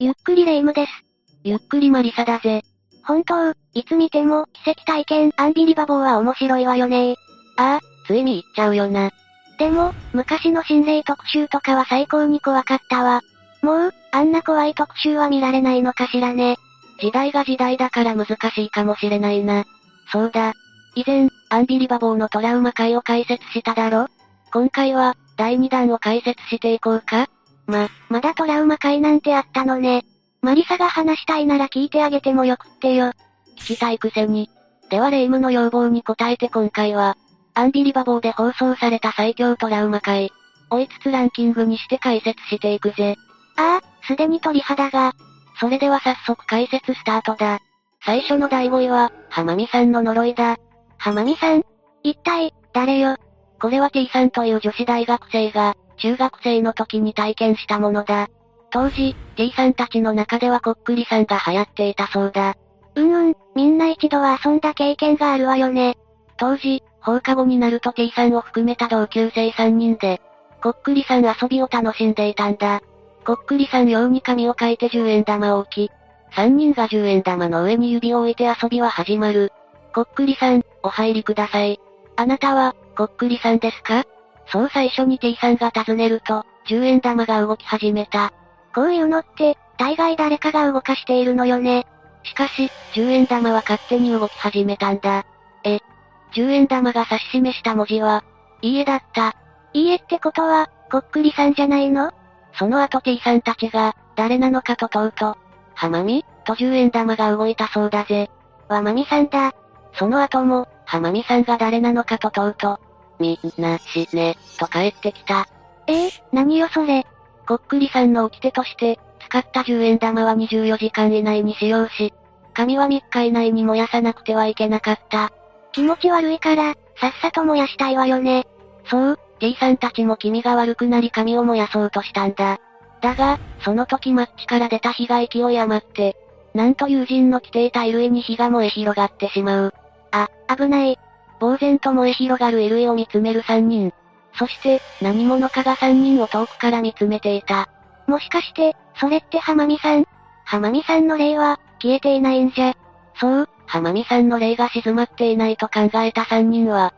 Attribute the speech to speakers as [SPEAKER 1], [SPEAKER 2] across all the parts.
[SPEAKER 1] ゆっくりレ夢ムです。
[SPEAKER 2] ゆっくりマリサだぜ。
[SPEAKER 1] 本当、いつ見ても、奇跡体験、アンビリバボーは面白いわよね
[SPEAKER 2] ああ、ついに行っちゃうよな。
[SPEAKER 1] でも、昔の心霊特集とかは最高に怖かったわ。もう、あんな怖い特集は見られないのかしらね。
[SPEAKER 2] 時代が時代だから難しいかもしれないな。そうだ。以前、アンビリバボーのトラウマ会を解説しただろ今回は、第2弾を解説していこうか
[SPEAKER 1] ま、まだトラウマ会なんてあったのね。マリサが話したいなら聞いてあげてもよくってよ。
[SPEAKER 2] 聞きたいくせに。では霊夢の要望に応えて今回は、アンビリバボーで放送された最強トラウマ会、追いつつランキングにして解説していくぜ。
[SPEAKER 1] ああ、すでに鳥肌が。
[SPEAKER 2] それでは早速解説スタートだ。最初の第5位は、浜美さんの呪いだ。
[SPEAKER 1] 浜美さん一体、誰よ
[SPEAKER 2] これは T さんという女子大学生が、中学生の時に体験したものだ。当時、T さんたちの中ではこっくりさんが流行っていたそうだ。
[SPEAKER 1] うんうん、みんな一度は遊んだ経験があるわよね。
[SPEAKER 2] 当時、放課後になると T さんを含めた同級生3人で、こっくりさん遊びを楽しんでいたんだ。こっくりさん用に紙を書いて10円玉を置き、3人が10円玉の上に指を置いて遊びは始まる。こっくりさん、お入りください。あなたは、こっくりさんですかそう最初に T さんが尋ねると、10円玉が動き始めた。
[SPEAKER 1] こういうのって、大概誰かが動かしているのよね。
[SPEAKER 2] しかし、10円玉は勝手に動き始めたんだ。え、10円玉が指し示した文字は、いいえだった。
[SPEAKER 1] いいえってことは、こっくりさんじゃないの
[SPEAKER 2] その後 T さんたちが、誰なのかと問うと、はまみと10円玉が動いたそうだぜ。
[SPEAKER 1] わまみさんだ。
[SPEAKER 2] その後も、はまみさんが誰なのかと問うと、みんな、しね、と帰ってきた。
[SPEAKER 1] えー、何よそれ。
[SPEAKER 2] こっくりさんの掟として、使った10円玉は24時間以内に使用し、紙は3日以内に燃やさなくてはいけなかった。
[SPEAKER 1] 気持ち悪いから、さっさと燃やしたいわよね。
[SPEAKER 2] そう、T さんたちも気味が悪くなり紙を燃やそうとしたんだ。だが、その時マッチから出た火が勢い余って、なんと友人の着ていた衣類に火が燃え広がってしまう。
[SPEAKER 1] あ、危ない。
[SPEAKER 2] 呆然と燃え広がる衣類を見つめる3人。そして、何者かが3人を遠くから見つめていた。
[SPEAKER 1] もしかして、それって浜美さん浜美さんの霊は、消えていないんじゃ。
[SPEAKER 2] そう、浜美さんの霊が静まっていないと考えた3人は、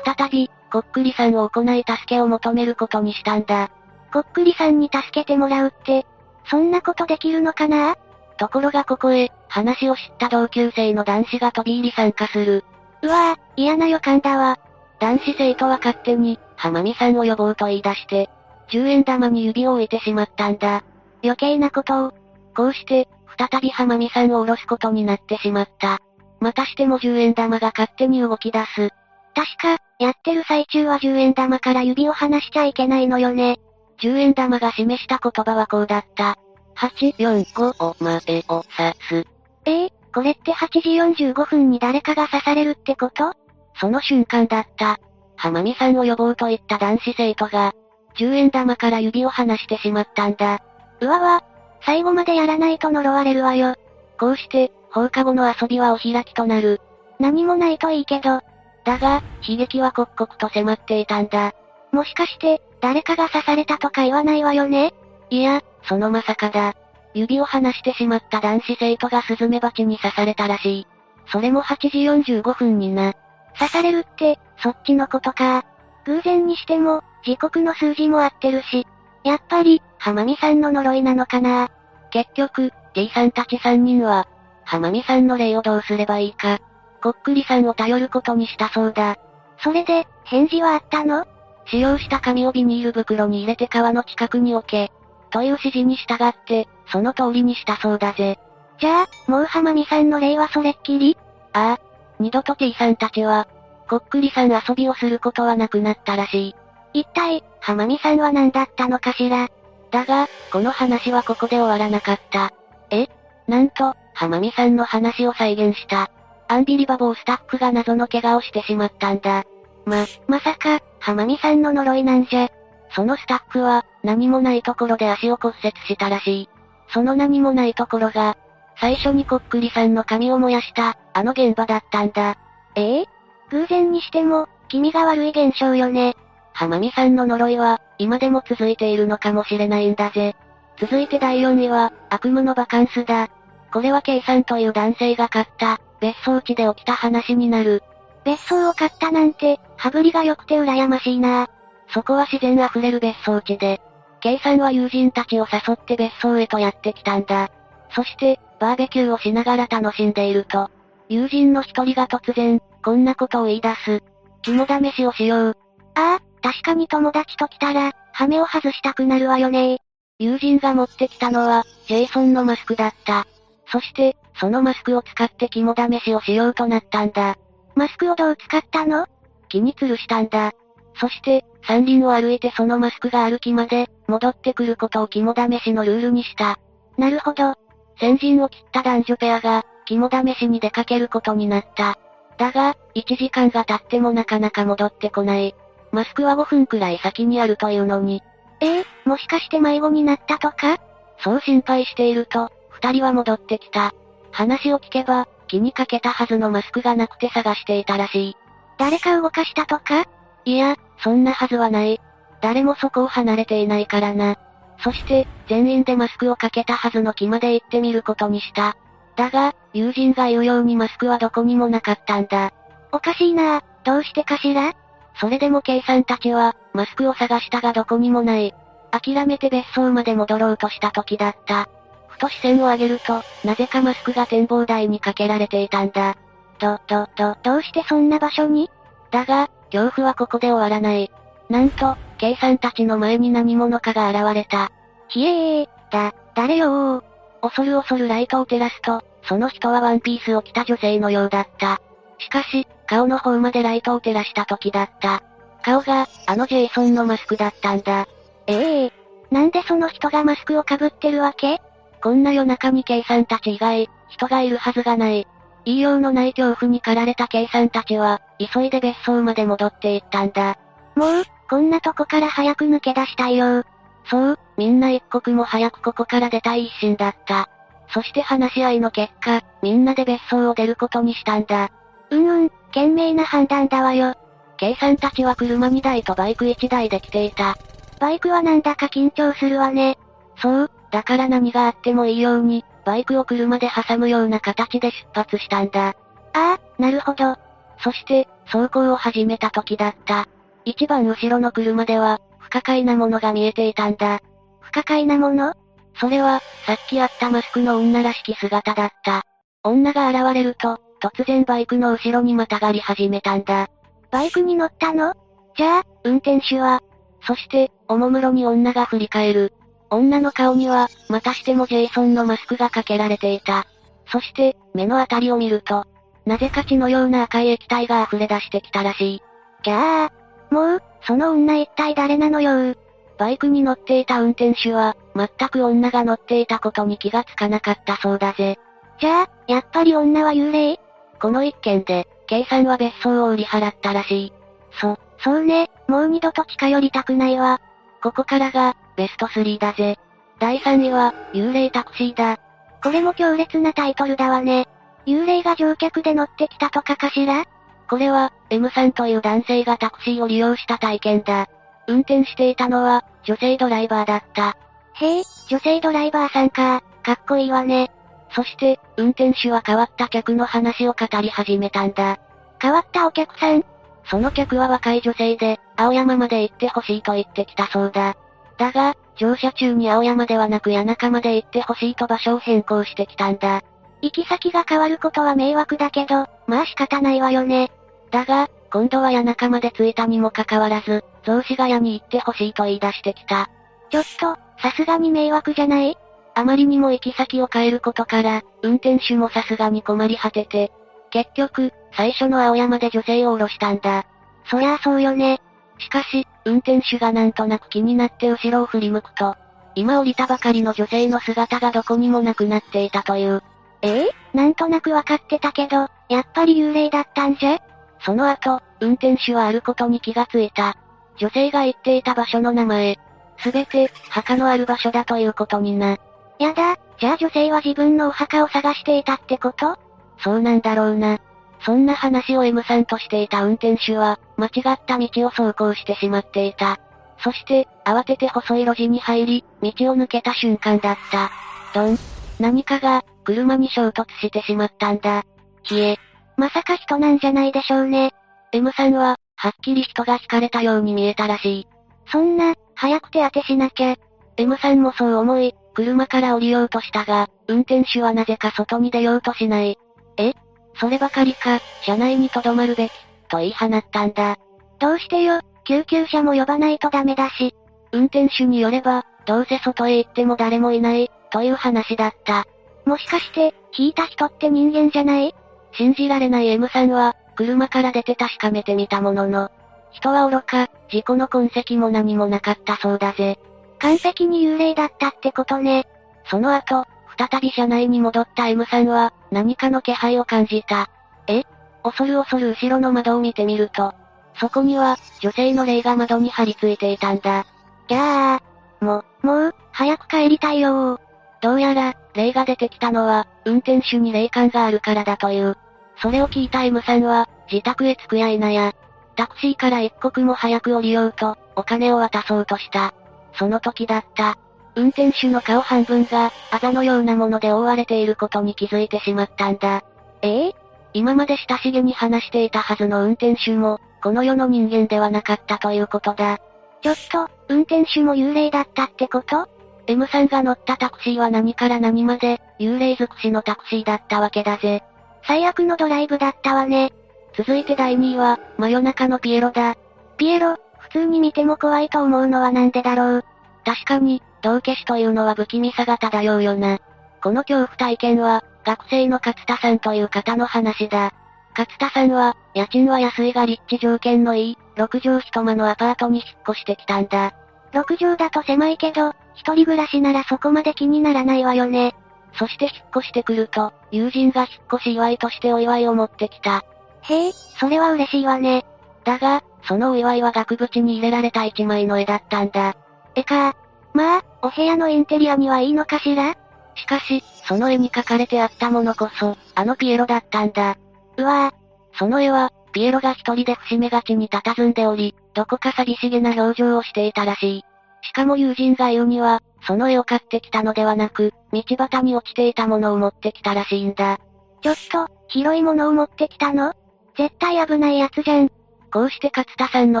[SPEAKER 2] 再び、こっくりさんを行い助けを求めることにしたんだ。
[SPEAKER 1] こっくりさんに助けてもらうって、そんなことできるのかな
[SPEAKER 2] ところがここへ、話を知った同級生の男子が飛び入り参加する。
[SPEAKER 1] うわぁ、嫌な予感だわ。
[SPEAKER 2] 男子生徒は勝手に、浜美さんを呼ぼうと言い出して、10円玉に指を置いてしまったんだ。
[SPEAKER 1] 余計なことを。
[SPEAKER 2] こうして、再び浜美さんを下ろすことになってしまった。またしても10円玉が勝手に動き出す。
[SPEAKER 1] 確か、やってる最中は10円玉から指を離しちゃいけないのよね。
[SPEAKER 2] 10円玉が示した言葉はこうだった。8、4、5を前を刺す。
[SPEAKER 1] ええー、これって8時45分に誰かが刺されるってこと
[SPEAKER 2] その瞬間だった。浜美さんを呼ぼうと言った男子生徒が、10円玉から指を離してしまったんだ。
[SPEAKER 1] うわわ、最後までやらないと呪われるわよ。
[SPEAKER 2] こうして、放課後の遊びはお開きとなる。
[SPEAKER 1] 何もないといいけど。
[SPEAKER 2] だが、悲劇は刻々と迫っていたんだ。
[SPEAKER 1] もしかして、誰かが刺されたとか言わないわよね
[SPEAKER 2] いや、そのまさかだ。指を離してしまった男子生徒がスズメバチに刺されたらしい。それも8時45分にな。
[SPEAKER 1] 刺されるって、そっちのことか。偶然にしても、時刻の数字も合ってるし。やっぱり、浜美さんの呪いなのかな。
[SPEAKER 2] 結局、T さんたち3人は、浜美さんの霊をどうすればいいか、こっくりさんを頼ることにしたそうだ。
[SPEAKER 1] それで、返事はあったの
[SPEAKER 2] 使用した紙をビニール袋に入れて川の近くに置け。という指示に従って、その通りにしたそうだぜ。
[SPEAKER 1] じゃあ、もう浜美さんの霊はそれっきり
[SPEAKER 2] ああ。二度と T さんたちは、こっくりさん遊びをすることはなくなったらし
[SPEAKER 1] い。一体、浜美さんは何だったのかしら
[SPEAKER 2] だが、この話はここで終わらなかった。えなんと、浜美さんの話を再現した。アンビリバボースタッフが謎の怪我をしてしまったんだ。
[SPEAKER 1] ま、まさか、浜美さんの呪いなんじゃ。
[SPEAKER 2] そのスタッフは、何もないところで足を骨折したらしい。その何もないところが、最初にこっくりさんの髪を燃やした、あの現場だったんだ。
[SPEAKER 1] ええ偶然にしても、気味が悪い現象よね。
[SPEAKER 2] 浜美さんの呪いは、今でも続いているのかもしれないんだぜ。続いて第4位は、悪夢のバカンスだ。これは K さんという男性が買った、別荘地で起きた話になる。
[SPEAKER 1] 別荘を買ったなんて、羽振りが良くて羨ましいな。
[SPEAKER 2] そこは自然あふれる別荘地で、K さんは友人たちを誘って別荘へとやってきたんだ。そして、バーベキューをしながら楽しんでいると、友人の一人が突然、こんなことを言い出す。肝試しをしよう。
[SPEAKER 1] ああ、確かに友達と来たら、ハメを外したくなるわよね
[SPEAKER 2] 友人が持ってきたのは、ジェイソンのマスクだった。そして、そのマスクを使って肝試しをしようとなったんだ。
[SPEAKER 1] マスクをどう使ったの
[SPEAKER 2] 木に吊るしたんだ。そして、山林を歩いてそのマスクが歩きまで、戻ってくることを肝試しのルールにした。
[SPEAKER 1] なるほど。
[SPEAKER 2] 先陣を切った男女ペアが、肝試しに出かけることになった。だが、1時間が経ってもなかなか戻ってこない。マスクは5分くらい先にあるというのに、
[SPEAKER 1] ええもしかして迷子になったとか
[SPEAKER 2] そう心配していると、二人は戻ってきた。話を聞けば、気にかけたはずのマスクがなくて探していたらし
[SPEAKER 1] 誰か動かしたとか
[SPEAKER 2] い。いや、そんなはずはない。誰もそこを離れていないからな。そして、全員でマスクをかけたはずの木まで行ってみることにした。だが、友人が言うようにマスクはどこにもなかったんだ。
[SPEAKER 1] おかしいなあ、どうしてかしら
[SPEAKER 2] それでも K さんたちは、マスクを探したがどこにもない。諦めて別荘まで戻ろうとした時だった。ふと視線を上げると、なぜかマスクが展望台にかけられていたんだ。ど、ど、ど、
[SPEAKER 1] どうしてそんな場所に
[SPEAKER 2] だが、恐怖はここで終わらない。なんと、K さんたちの前に何者かが現れた。
[SPEAKER 1] ひええー、だ、誰よー。
[SPEAKER 2] 恐る恐るライトを照らすと、その人はワンピースを着た女性のようだった。しかし、顔の方までライトを照らした時だった。顔が、あのジェイソンのマスクだったんだ。
[SPEAKER 1] ええー。なんでその人がマスクをかぶってるわけ
[SPEAKER 2] こんな夜中に K さんたち以外、人がいるはずがない。言いようのない恐怖に駆られた K さんたちは、急いで別荘まで戻っていったんだ。
[SPEAKER 1] もう、こんなとこから早く抜け出したいよー。
[SPEAKER 2] そう、みんな一刻も早くここから出たい一心だった。そして話し合いの結果、みんなで別荘を出ることにしたんだ。
[SPEAKER 1] うんうん、賢明な判断だわよ。
[SPEAKER 2] K さんたちは車2台とバイク1台で来ていた。
[SPEAKER 1] バイクはなんだか緊張するわね。
[SPEAKER 2] そう、だから何があってもいいように、バイクを車で挟むような形で出発したんだ。
[SPEAKER 1] ああ、なるほど。
[SPEAKER 2] そして、走行を始めた時だった。一番後ろの車では、不可解なものが見えていたんだ。
[SPEAKER 1] 不可解なもの
[SPEAKER 2] それは、さっき会ったマスクの女らしき姿だった。女が現れると、突然バイクの後ろにまたがり始めたんだ。
[SPEAKER 1] バイクに乗ったのじゃあ、運転手は、
[SPEAKER 2] そして、おもむろに女が振り返る。女の顔には、またしてもジェイソンのマスクがかけられていた。そして、目のあたりを見ると、なぜか血のような赤い液体が溢れ出してきたらしい。
[SPEAKER 1] ギャー。もう、その女一体誰なのよー。
[SPEAKER 2] バイクに乗っていた運転手は、全く女が乗っていたことに気がつかなかったそうだぜ。
[SPEAKER 1] じゃあ、やっぱり女は幽霊
[SPEAKER 2] この一件で、K さんは別荘を売り払ったらしい。そ、
[SPEAKER 1] そうね、もう二度と近寄りたくないわ。
[SPEAKER 2] ここからが、ベスト3だぜ。第3位は、幽霊タクシーだ。
[SPEAKER 1] これも強烈なタイトルだわね。幽霊が乗客で乗ってきたとかかしら
[SPEAKER 2] これは、M さんという男性がタクシーを利用した体験だ。運転していたのは、女性ドライバーだった。
[SPEAKER 1] へえ、女性ドライバーさんか。かっこいいわね。
[SPEAKER 2] そして、運転手は変わった客の話を語り始めたんだ。
[SPEAKER 1] 変わったお客さん。
[SPEAKER 2] その客は若い女性で、青山まで行ってほしいと言ってきたそうだ。だが、乗車中に青山ではなく谷中まで行ってほしいと場所を変更してきたんだ。
[SPEAKER 1] 行き先が変わることは迷惑だけど、まあ仕方ないわよね。
[SPEAKER 2] だが、今度は谷中まで着いたにもかかわらず、雑司ヶ谷に行ってほしいと言い出してきた。
[SPEAKER 1] ちょっと、さすがに迷惑じゃない
[SPEAKER 2] あまりにも行き先を変えることから、運転手もさすがに困り果てて、結局、最初の青山で女性を降ろしたんだ。
[SPEAKER 1] そりゃあそうよね。
[SPEAKER 2] しかし、運転手がなんとなく気になって後ろを振り向くと、今降りたばかりの女性の姿がどこにもなくなっていたという。
[SPEAKER 1] ええなんとなくわかってたけど、やっぱり幽霊だったんじゃ
[SPEAKER 2] その後、運転手はあることに気がついた。女性が言っていた場所の名前。すべて、墓のある場所だということにな。
[SPEAKER 1] やだ、じゃあ女性は自分のお墓を探していたってこと
[SPEAKER 2] そうなんだろうな。そんな話を M さんとしていた運転手は、間違った道を走行してしまっていた。そして、慌てて細い路地に入り、道を抜けた瞬間だった。ドン。何かが、車に衝突してしまったんだ。ひえ。
[SPEAKER 1] まさか人なんじゃないでしょうね。
[SPEAKER 2] M さんは、はっきり人が惹かれたように見えたらしい。
[SPEAKER 1] そんな、早く手当てしなきゃ。
[SPEAKER 2] M さんもそう思い、車から降りようとしたが、運転手はなぜか外に出ようとしない。えそればかりか、車内に留まるべき、と言い放ったんだ。
[SPEAKER 1] どうしてよ、救急車も呼ばないとダメだし。
[SPEAKER 2] 運転手によれば、どうせ外へ行っても誰もいない、という話だった。
[SPEAKER 1] もしかして、引いた人って人間じゃない
[SPEAKER 2] 信じられない M さんは、車から出て確かめてみたものの、人は愚か、事故の痕跡も何もなかったそうだぜ。
[SPEAKER 1] 完璧に幽霊だったってことね。
[SPEAKER 2] その後、再び車内に戻った M さんは、何かの気配を感じた。え恐る恐る後ろの窓を見てみると、そこには、女性の霊が窓に張り付いていたんだ。
[SPEAKER 1] ぎゃー。も、もう、早く帰りたいよ
[SPEAKER 2] どうやら、霊が出てきたのは、運転手に霊感があるからだという。それを聞いた M さんは、自宅へ着くや否や、タクシーから一刻も早く降りようと、お金を渡そうとした。その時だった。運転手の顔半分が、あざのようなもので覆われていることに気づいてしまったんだ。
[SPEAKER 1] ええー、
[SPEAKER 2] 今まで親しげに話していたはずの運転手も、この世の人間ではなかったということだ。
[SPEAKER 1] ちょっと、運転手も幽霊だったってこと
[SPEAKER 2] ?M さんが乗ったタクシーは何から何まで、幽霊尽くしのタクシーだったわけだぜ。
[SPEAKER 1] 最悪のドライブだったわね。
[SPEAKER 2] 続いて第2位は、真夜中のピエロだ。
[SPEAKER 1] ピエロ、普通に見ても怖いと思うのはなんでだろう。
[SPEAKER 2] 確かに、道消しというのは不気味さが漂うよな。この恐怖体験は、学生の勝田さんという方の話だ。勝田さんは、家賃は安いが立地条件のいい、6畳一間のアパートに引っ越してきたんだ。
[SPEAKER 1] 6畳だと狭いけど、一人暮らしならそこまで気にならないわよね。
[SPEAKER 2] そして引っ越してくると、友人が引っ越し祝いとしてお祝いを持ってきた。
[SPEAKER 1] へえ、それは嬉しいわね。
[SPEAKER 2] だが、そのお祝いは額縁に入れられた一枚の絵だったんだ。
[SPEAKER 1] 絵か。まあ、お部屋のインテリアにはいいのかしら
[SPEAKER 2] しかし、その絵に描かれてあったものこそ、あのピエロだったんだ。
[SPEAKER 1] うわ
[SPEAKER 2] ぁ。その絵は、ピエロが一人で節目がちに佇んでおり、どこか寂しげな表情をしていたらしい。しかも友人が言うには、その絵を買ってきたのではなく、道端に落ちていたものを持ってきたらしいんだ。
[SPEAKER 1] ちょっと、広いものを持ってきたの絶対危ないやつじゃん。
[SPEAKER 2] こうして勝田さんの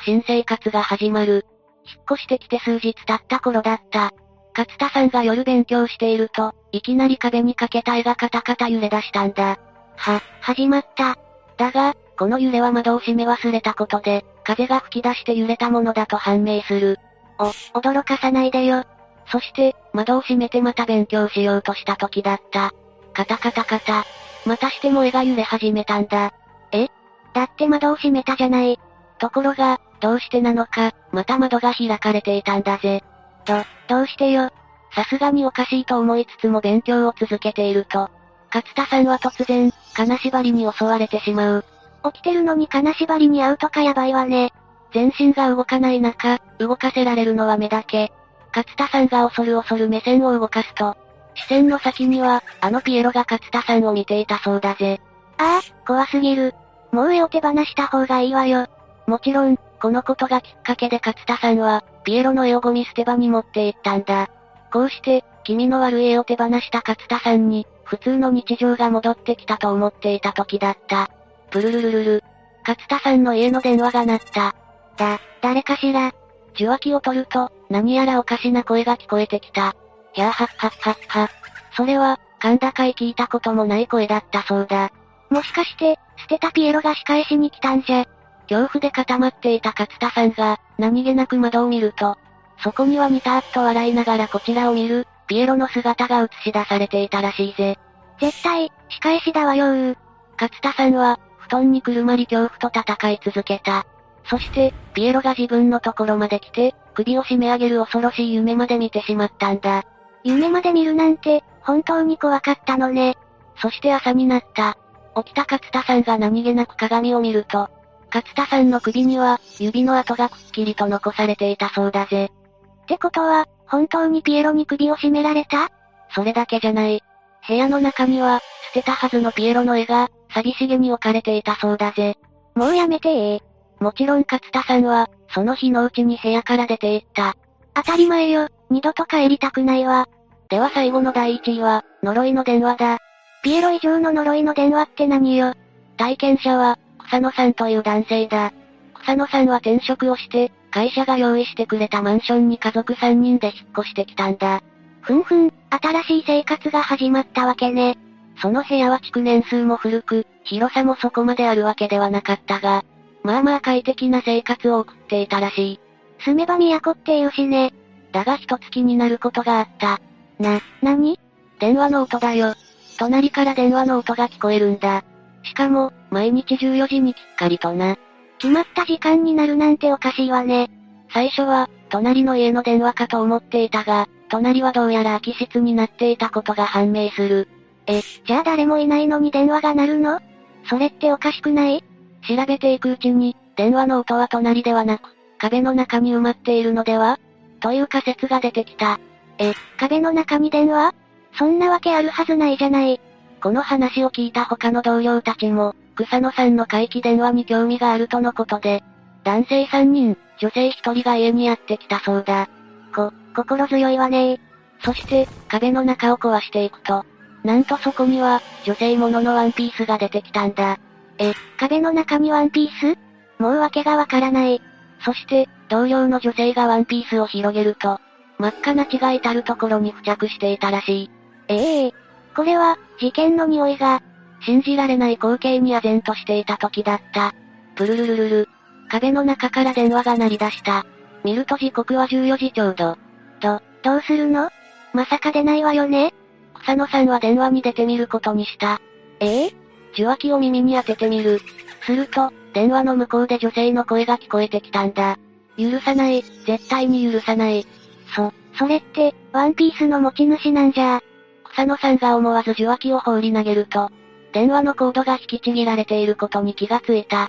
[SPEAKER 2] 新生活が始まる。引っ越してきて数日経った頃だった。勝田さんが夜勉強していると、いきなり壁にかけた絵がカタカタ揺れ出したんだ。
[SPEAKER 1] は、始まった。
[SPEAKER 2] だが、この揺れは窓を閉め忘れたことで、風が吹き出して揺れたものだと判明する。
[SPEAKER 1] お、驚かさないでよ。
[SPEAKER 2] そして、窓を閉めてまた勉強しようとした時だった。カタカタカタ。またしても絵が揺れ始めたんだ。
[SPEAKER 1] えだって窓を閉めたじゃない。
[SPEAKER 2] ところが、どうしてなのか、また窓が開かれていたんだぜ。
[SPEAKER 1] ど、どうしてよ。
[SPEAKER 2] さすがにおかしいと思いつつも勉強を続けていると、勝田さんは突然、金縛りに襲われてしまう。
[SPEAKER 1] 起きてるのに金縛りに遭うとかやばいわね。
[SPEAKER 2] 全身が動かない中、動かせられるのは目だけ。勝田さんが恐る恐る目線を動かすと、視線の先には、あのピエロが勝田さんを見ていたそうだぜ。
[SPEAKER 1] ああ、怖すぎる。もう絵を手放した方がいいわよ。
[SPEAKER 2] もちろん、このことがきっかけで勝田さんは、ピエロの絵をゴミ捨て場に持って行ったんだ。こうして、気味の悪い絵を手放した勝田さんに、普通の日常が戻ってきたと思っていた時だった。プルルルルル。勝田さんの家の電話が鳴った。
[SPEAKER 1] だ、誰かしら。
[SPEAKER 2] 受話器を取ると、何やらおかしな声が聞こえてきた。ひゃーはっはっはっは。それは、甲高い聞いたこともない声だったそうだ。
[SPEAKER 1] もしかして、捨てたピエロが仕返しに来たんじゃ。
[SPEAKER 2] 恐怖で固まっていた勝田さんが、何気なく窓を見ると、そこにはニターっと笑いながらこちらを見る、ピエロの姿が映し出されていたらしいぜ。
[SPEAKER 1] 絶対、仕返しだわよー。
[SPEAKER 2] 勝田さんは、布団にくるまり恐怖と戦い続けた。そして、ピエロが自分のところまで来て、首を絞め上げる恐ろしい夢まで見てしまったんだ。
[SPEAKER 1] 夢まで見るなんて、本当に怖かったのね。
[SPEAKER 2] そして朝になった。起きた勝田さんが何気なく鏡を見ると、勝田さんの首には、指の跡がくっきりと残されていたそうだぜ。
[SPEAKER 1] ってことは、本当にピエロに首を絞められた
[SPEAKER 2] それだけじゃない。部屋の中には、捨てたはずのピエロの絵が、寂しげに置かれていたそうだぜ。
[SPEAKER 1] もうやめてえ
[SPEAKER 2] もちろん勝田さんは、その日のうちに部屋から出て行った。
[SPEAKER 1] 当たり前よ、二度と帰りたくないわ。
[SPEAKER 2] では最後の第1位は、呪いの電話だ。
[SPEAKER 1] ピエロ以上の呪いの電話って何よ。
[SPEAKER 2] 体験者は、草野さんという男性だ。草野さんは転職をして、会社が用意してくれたマンションに家族3人で引っ越してきたんだ。
[SPEAKER 1] ふんふん、新しい生活が始まったわけね。
[SPEAKER 2] その部屋は築年数も古く、広さもそこまであるわけではなかったが、まあまあ快適な生活を送っていたらしい。
[SPEAKER 1] 住めば都っていうしね。
[SPEAKER 2] だが一月になることがあった。
[SPEAKER 1] 何
[SPEAKER 2] 電話の音だよ。隣から電話の音が聞こえるんだ。しかも、毎日14時にきっかりとな。
[SPEAKER 1] 決まった時間になるなんておかしいわね。
[SPEAKER 2] 最初は、隣の家の電話かと思っていたが、隣はどうやら空き室になっていたことが判明する。
[SPEAKER 1] じゃあ誰もいないのに電話が鳴るのそれっておかしくない
[SPEAKER 2] 調べていくうちに、電話の音は隣ではなく、壁の中に埋まっているのではという仮説が出てきた。
[SPEAKER 1] 壁の中に電話そんなわけあるはずないじゃない。
[SPEAKER 2] この話を聞いた他の同僚たちも、草野さんの怪奇電話に興味があるとのことで、男性3人、女性1人が家にやってきたそうだ。
[SPEAKER 1] こ、心強いわね
[SPEAKER 2] そして、壁の中を壊していくと、なんとそこには、女性もののワンピースが出てきたんだ。
[SPEAKER 1] 壁の中にワンピースもうわけがわからない。
[SPEAKER 2] そして、同僚の女性がワンピースを広げると、真っ赤な血が至るところに付着していたらしい。
[SPEAKER 1] ええこれは、事件の匂いが、
[SPEAKER 2] 信じられない光景に唖然としていた時だった。ブルルルルル。壁の中から電話が鳴り出した。見ると時刻は14時ちょうど。
[SPEAKER 1] どうするのまさか出ないわよね
[SPEAKER 2] 草野さんは電話に出てみることにした。
[SPEAKER 1] ええ
[SPEAKER 2] 受話器を耳に当ててみる。すると、電話の向こうで女性の声が聞こえてきたんだ。許さない、絶対に許さない。
[SPEAKER 1] それって、ワンピースの持ち主なんじゃ。
[SPEAKER 2] 草野さんが思わず受話器を放り投げると、電話のコードが引きちぎられていることに気がついた。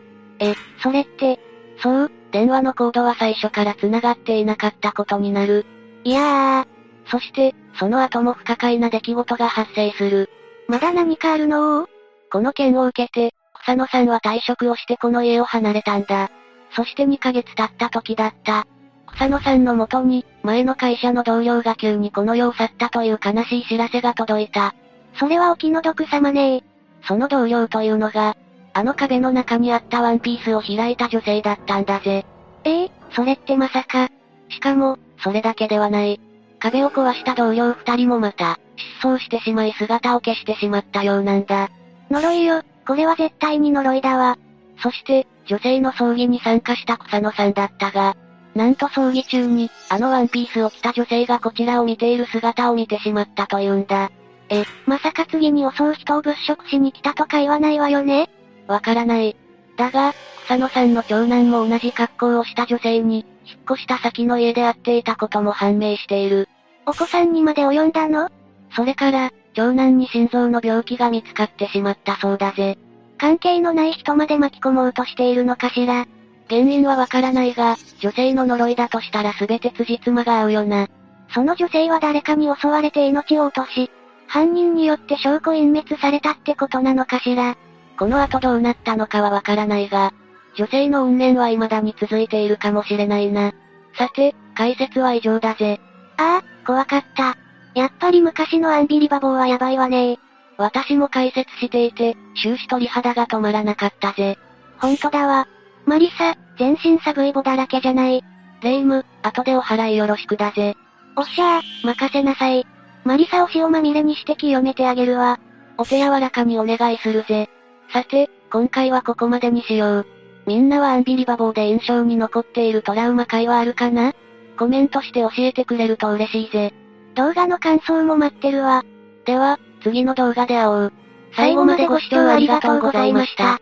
[SPEAKER 1] それって、
[SPEAKER 2] そう、電話のコードは最初から繋がっていなかったことになる。
[SPEAKER 1] いやー、
[SPEAKER 2] そして、その後も不可解な出来事が発生する。
[SPEAKER 1] まだ何かあるの
[SPEAKER 2] この件を受けて、草野さんは退職をしてこの家を離れたんだ。そして2ヶ月経った時だった。草野さんの元に、前の会社の同僚が急にこの世を去ったという悲しい知らせが届いた。
[SPEAKER 1] それはお気の毒様ね
[SPEAKER 2] その同僚というのが、あの壁の中にあったワンピースを開いた女性だったんだぜ。
[SPEAKER 1] ええ
[SPEAKER 2] それってまさか。しかも、それだけではない。壁を壊した同僚二人もまた、失踪してしまい姿を消してしまったようなんだ。
[SPEAKER 1] 呪いよ、これは絶対に呪いだわ。
[SPEAKER 2] そして、女性の葬儀に参加した草野さんだったが、なんと葬儀中に、あのワンピースを着た女性がこちらを見ている姿を見てしまったというんだ。
[SPEAKER 1] まさか次に襲う人を物色しに来たとか言わないわよね
[SPEAKER 2] わからない。だが、草野さんの長男も同じ格好をした女性に、引っ越した先の家で会っていたことも判明している。
[SPEAKER 1] お子さんにまで及んだの
[SPEAKER 2] それから、長男に心臓の病気が見つかってしまったそうだぜ。
[SPEAKER 1] 関係のない人まで巻き込もうとしているのかしら。
[SPEAKER 2] 原因はわからないが、女性の呪いだとしたら全て辻褄が合うよな。
[SPEAKER 1] その女性は誰かに襲われて命を落とし、犯人によって証拠隠滅されたってことなのかしら。
[SPEAKER 2] この後どうなったのかはわからないが、女性の怨念は未だに続いているかもしれないな。さて、解説は以上だぜ。
[SPEAKER 1] ああ、怖かった。やっぱり昔のアンビリバボーはやばいわね
[SPEAKER 2] 私も解説していて、終始鳥肌が止まらなかったぜ。
[SPEAKER 1] ほんとだわ。マリサ、全身サブイボだらけじゃない。
[SPEAKER 2] レイム、後でお払いよろしくだぜ。
[SPEAKER 1] おっしゃー、任せなさい。マリサを塩まみれにして清めてあげるわ。
[SPEAKER 2] お手柔らかにお願いするぜ。さて、今回はここまでにしよう。みんなはアンビリバボーで印象に残っているトラウマ会はあるかなコメントして教えてくれると嬉しいぜ。
[SPEAKER 1] 動画の感想も待ってるわ。
[SPEAKER 2] では、次の動画で会おう。
[SPEAKER 1] 最後までご視聴ありがとうございました。